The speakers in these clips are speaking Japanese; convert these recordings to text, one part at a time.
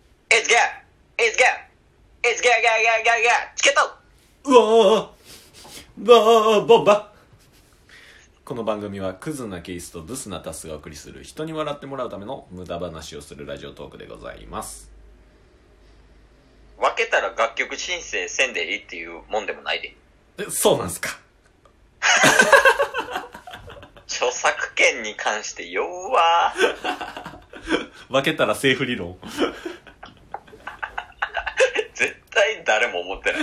go! It's go! It's go, go, go, go, go! チケットうわーばーばばこの番組はクズなケースとブスなタスがお送りする人に笑ってもらうための無駄話をするラジオトークでございます分けたら楽曲申請せんでいいっていうもんでもないで。えそうなんすか著作権に関して弱分けたらセーフ理論絶対誰も思ってない。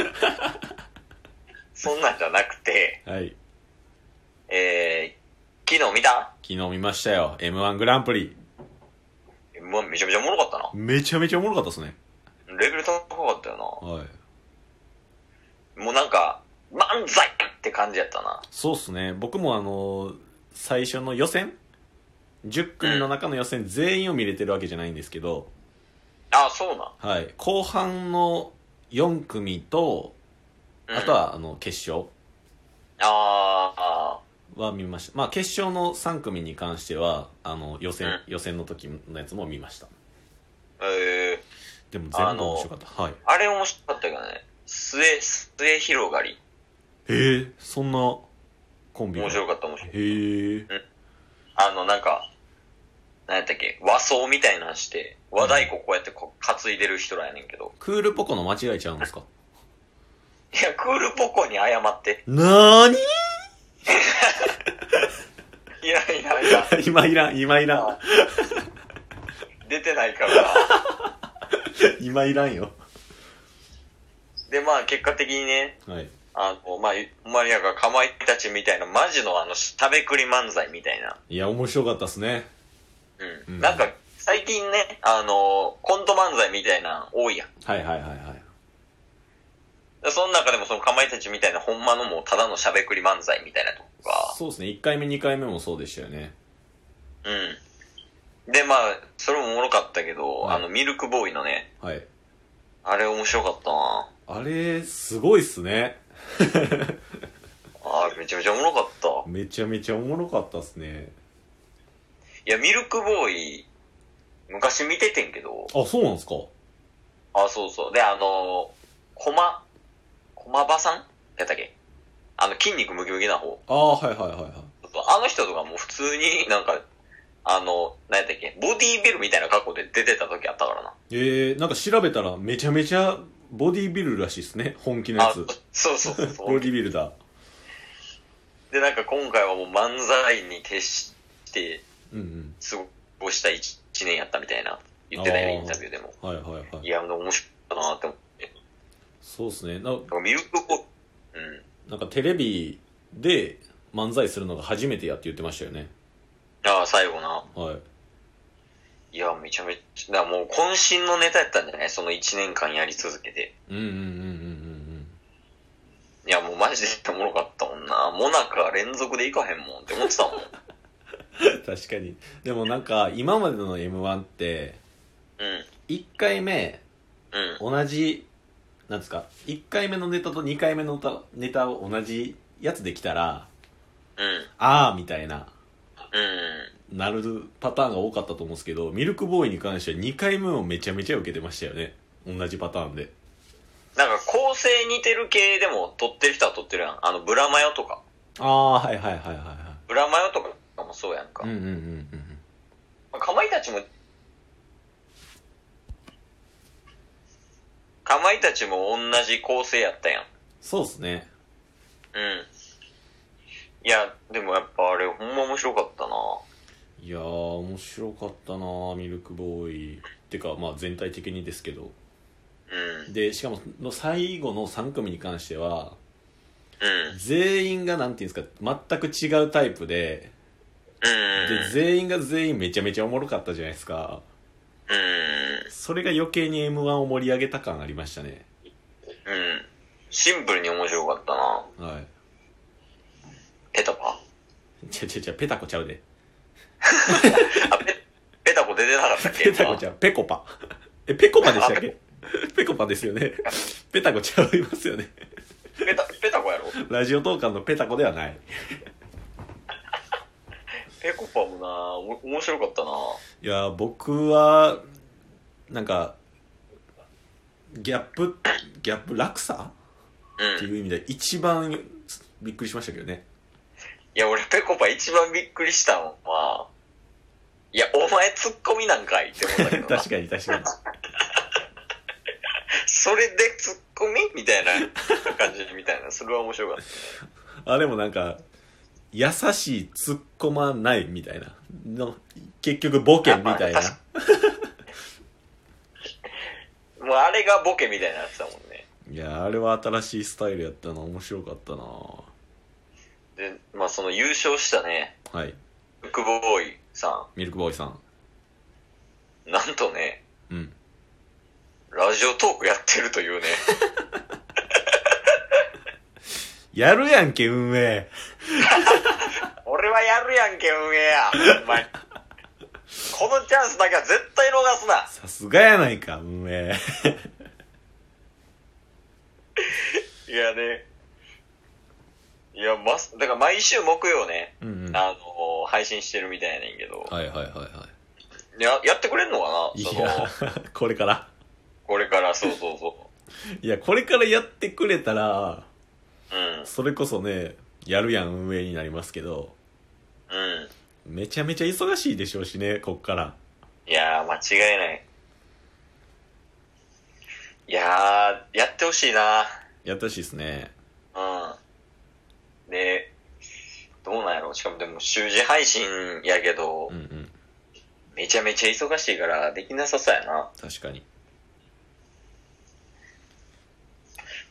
そんなんじゃなくて、はいえー、昨日見た昨日見ましたよ m 1グランプリもうめちゃめちゃおもろかったな。めちゃめちゃおもろかったですねレベル高かったよはいな。もうなんか、漫才って感じやったな。そうっすね僕もあのー最初の予選10組の中の予選全員を見れてるわけじゃないんですけど、あ、そうなん。はい、後半の4組とうんあとはあの決勝あーあは見ました、まあ、決勝の3組に関してはあの予選、うん予選の時のやつも見ましたー、えー、でも全部面白かったはいあれ面白かったけどね。末、末広がり。へえそんなコンビが面白かった、面白い。へえあの、なんか、なんやったっけ、和装みたいなんして、和太鼓こうやってこう担いでる人らやねんけど。クールポコの間違えちゃうんですかいや、クールポコに謝って。なーにいやいやいや、 今いらん今いらんあ出てないからな。 今いらんよで、まあ、結果的にね、はいあの、まあ、ほんまになんか、かまいたちみたいな、マジのあの、食べくり漫才みたいな。いや面白かったっすねううんん。なんか、最近ね、あの、コント漫才みたいな、多いやん。はいはいはいはいその中でもそのかまいたちみたいなほんまのもうただのしゃべくり漫才みたいなとこが、そうですね1回目2回目もそうでしたよねうん。で、まあ、それもおもろかったけど、はいあの、ミルクボーイのね、はいあれ面白かったなあれすごいっすねあれめちゃめちゃおもろかった。めちゃめちゃおもろかったっすねいや、ミルクボーイ、昔見ててんけど、あそうなんですかあ、そうそう。で、あの、コマ、コマバさんやったっけあの、筋肉ムキムキな方。ああはいはいはいはいあの人とかもう普通になんか、あの、なんやったっけボディービルみたいな格好で出てた時あったからな。えー、なんか調べたらめちゃめちゃボディビルらしいっすね本気のやあつ、そうそうそうそう ボディビルダーで、なんか今回はもう漫才に徹してうん過ごした一一年やったみたいな言ってたよ、あーインタビューでも。うんはいはいはいいや、でも面白かったなって思って。そうっすねななんかミルクボうん。なんかテレビで漫才するのが初めてやって言ってましたよねああ、最後な。はいいや、めちゃめちゃ、だからもう渾身のネタやったんじゃないその一年間やり続けて。うんうんうんうんうんいや、もうマジでおもろかったもんな。モナカ連続でいかへんもんって思ってた もん。うん確かにでもなんか今までの m 1ってうん。 1回目うん。同じなんですか1回目のネタと2回目の歌ネタを同じやつできたらうん。ああみたいなうん。なるパターンが多かったと思うんですけどミルクボーイに関しては2回目もめちゃめちゃ受けてましたよね同じパターンでなんか構成似てる系でも撮ってる人は撮ってるやん。あの、ブラマヨとか。ああはいはいはいはいはブラマヨとかもそうやんか。いうんまうんうんうんあかまいたちも、かまいたちも同じ構成やったやん。そうっすねうん。いや、でもやっぱあれほんま面白かったな。いやー面白かったなーミルクボーイてかまあ全体的にですけどうん。でしかもの最後の3組に関してはうん。全員がなんていうんですか全く違うタイプでうん。で全員が全員めちゃめちゃおもろかったじゃないですかうそれが余計に m 1を盛り上げた感ありましたねん。うん。シンプルに面白かったな。はペタパいちゃちゃちゃペタコちゃうであ、ペ、ペタコ出てなかったっけ ペタコちゃん、ペコパ。え、ペコパでしたっけペコパですよね。ペタコちゃいますよね。ペタ、ペタコやろラジオ当館のペタコではない。ペコパもな、お面白かったな。いや、僕は、なんか、ギャップギャップ落差ってうん。いいう意味で一番びっくりしましたけどね や、俺、ぺこぱ一番びっくりしたのは、いや、お前ツッコミなんかいって思ったけどな確。かに確かにそれでツッコミみたいな感じみたいな。それは面白かった。あれもなんか優しい突っ込まないみたいなの結局ボケみたいなあまあもうあれがボケみたいなやつだもんね。いやあれは新しいスタイルやったな面白かったなで、まあその優勝したね、はいミルクボーイさミルクボーイさんん、なんとね、うんラジオトークやってるという ね。やるやんけ運営俺はやるやんけ、運営や。ほんまにこのチャンスだけは絶対逃すな。さすがやないか運営いやね。いや、ま、だから毎週木曜ね、うん、うん、はいあの配信してるみたいやねんけど、はいはいはいや、やってくれんのかいないその、やこれからこれから、そうそうそいやこれからやってくれたらう。 うん、それこそねやるやん運営になりますけどうん。めちゃめちゃ忙しいでしょうしねこっからいやー、間違いない。いやー、やってほしいな。やってほしいですねうん。で、どうなんやろしかもでも、週次配信やけどうん、うんめちゃめちゃ忙しいから、できなさそうやな。確かに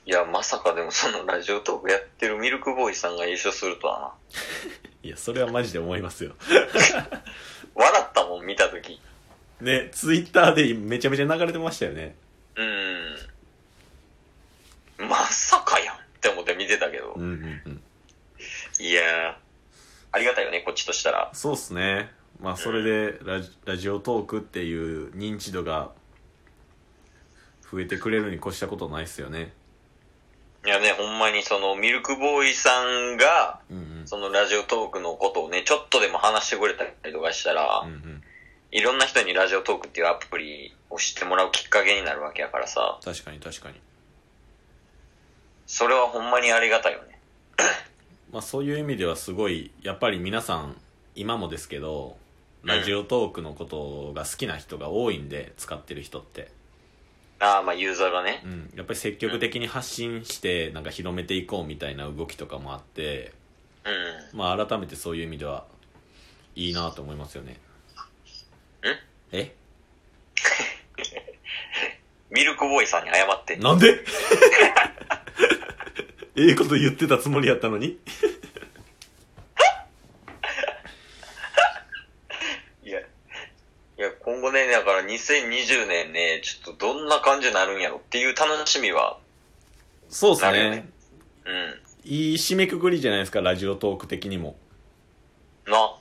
いや、まさかでもそのラジオトークやってるミルクボーイさんが優勝するとはいやそれはマジで思いますよな。笑ったもん、見たとき。ねツイッターでめちゃめちゃ流れてましたよねうん。まさかやんって思って見てたけどう。んうんうんいやー、ありがたいよね、こっちとしたら。そうっすねまあそれでラジラジオトークっていう認知度が増えてくれるに越したことないっすよねいやね、ほんまにそのミルクボーイさんが、うんうんそのラジオトークのことをね、ちょっとでも話してくれたりとかしたら、うんうんいろんな人にラジオトークっていうアプリを知ってもらうきっかけになるわけやからさ、確かに確かにそれはほんまにありがたいよね。まあそういう意味ではすごいやっぱり皆さん今もですけどラジオトークのことが好きな人が多いんで使ってる人って、ああ、まあユーザーがねう。ん、やっぱり積極的に発信してなんか広めていこうみたいな動きとかもあって、うん。まあ、改めてそういう意味ではいいなと思いますよねえミルクボーイさんに謝って。なんで ええこと言ってたつもりやったのにいや、いや、今後ね、だから2020年ね、ちょっとどんな感じになるんやろっていう楽しみは、そうですなるよねねういい締めくくりじゃないですかラジオトーク的にもん。な。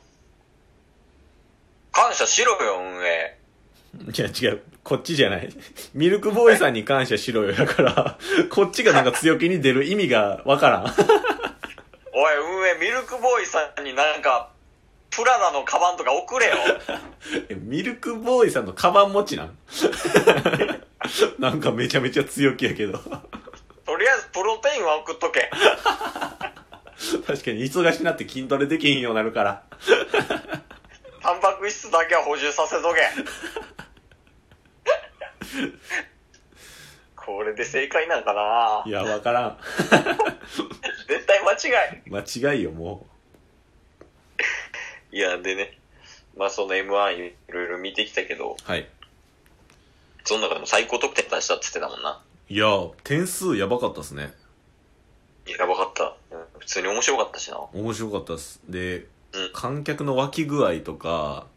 感謝しろよ、運営。いや違うこっちじゃないミルクボーイさんに感謝しろよだから こっちがなんか強気に出る意味がわからんおい、運営、ミルクボーイさんになんか、プラダのカバンとか送れよ。え ミルクボーイさんのカバン持ちなん なんかめちゃめちゃ強気やけどとりあえずプロテインは送っとけ。確かに忙しくなって筋トレできひんようになるからタンパク質だけは補充させとけ。これで正解なんかないやわからん絶対間違間違いよもい。いや、でね、まあその M1 いろいろ見てきたけど、うはいその中でも最高得点出したって言ってたもんな。いや点数やばかったっすねやばかった。うん普通に面白かったしな。面白かったっすで、うん観客の湧き具合とか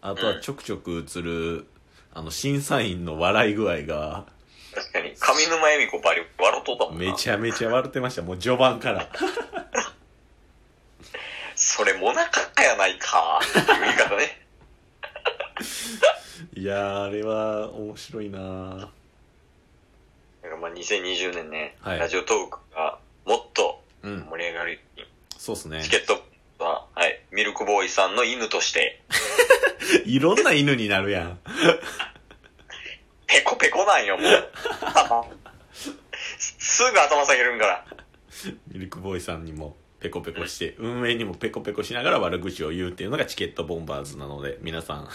あとうはんちょくちょく映るあの審査員の笑い具合が確かに。上沼恵美子バリ笑っとったもんな。めちゃめちゃ笑ってましたもう序盤から それもなかったやないか。っていう言い方ね。 いやーあれは面白いなだからまあ2020年ね、はいラジオトークがもっとうん盛り上がるようにそうっすねチケットは、はい、ミルクボーイさんの犬として、いろんな犬になるやんペコペこないよ、も う。すぐ頭下げるんから。ミルクボーイさんにもペコペコして、運営にもペコペコしながら悪口を言うっていうのがチケットボンバーズなので、皆 さん、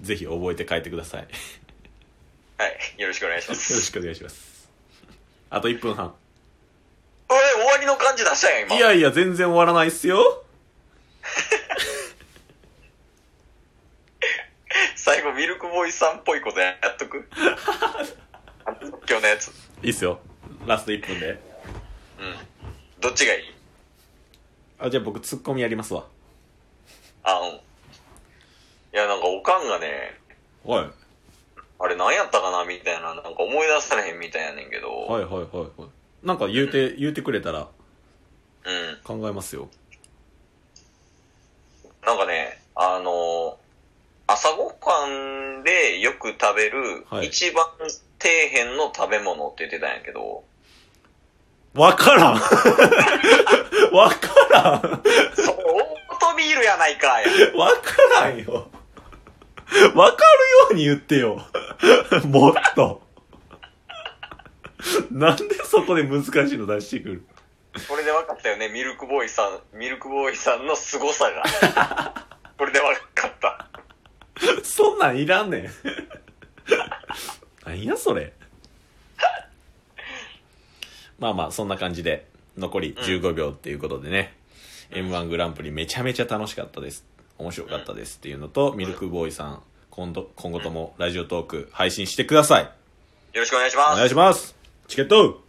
ぜひ覚えて帰ってください。よはい。よろしくお願いしまろす。しくお願いします。あと1分半。え、終わりの感じ出したやん、今。いやいや、全然終わらないっすよ。最後、ミルクボーイさんっぽいことやっと く。今日のやつ。いいっすよ。ラスト1分で。どっちがいいあ、じゃあ僕、ツッコミやりますわ。あ、うん。いや、なんか、おかんがね、はい。はいあれ何やったかなみたいな、なんか思い出されへんみたいやねんけど。はいはいはい。なんか言うて、言うてくれたらうん。考えますよ。なんかね、あの、朝ごはんでよく食べるは、い一番底辺の食べ物って言ってたんやけど、わからん わからんそう、オートミールやないかい。わからんよ。わかるように言ってよ。もっと。なんでそこで難しいの出してくるこれで分かったよね、ミルクボーイさん、ミルクボーイさんの凄さが。これで分かった。 そんなんいらんね ん。なんやそれ。まあまあ、そんな感じで、残り15秒っていうことでね、M1 グランプリめちゃめちゃ楽しかったです。面白かったですっていうのと、ミルクボーイさん、今度、今後ともラジオトーク配信してください。よろしくお願いしおます願い。しますチケット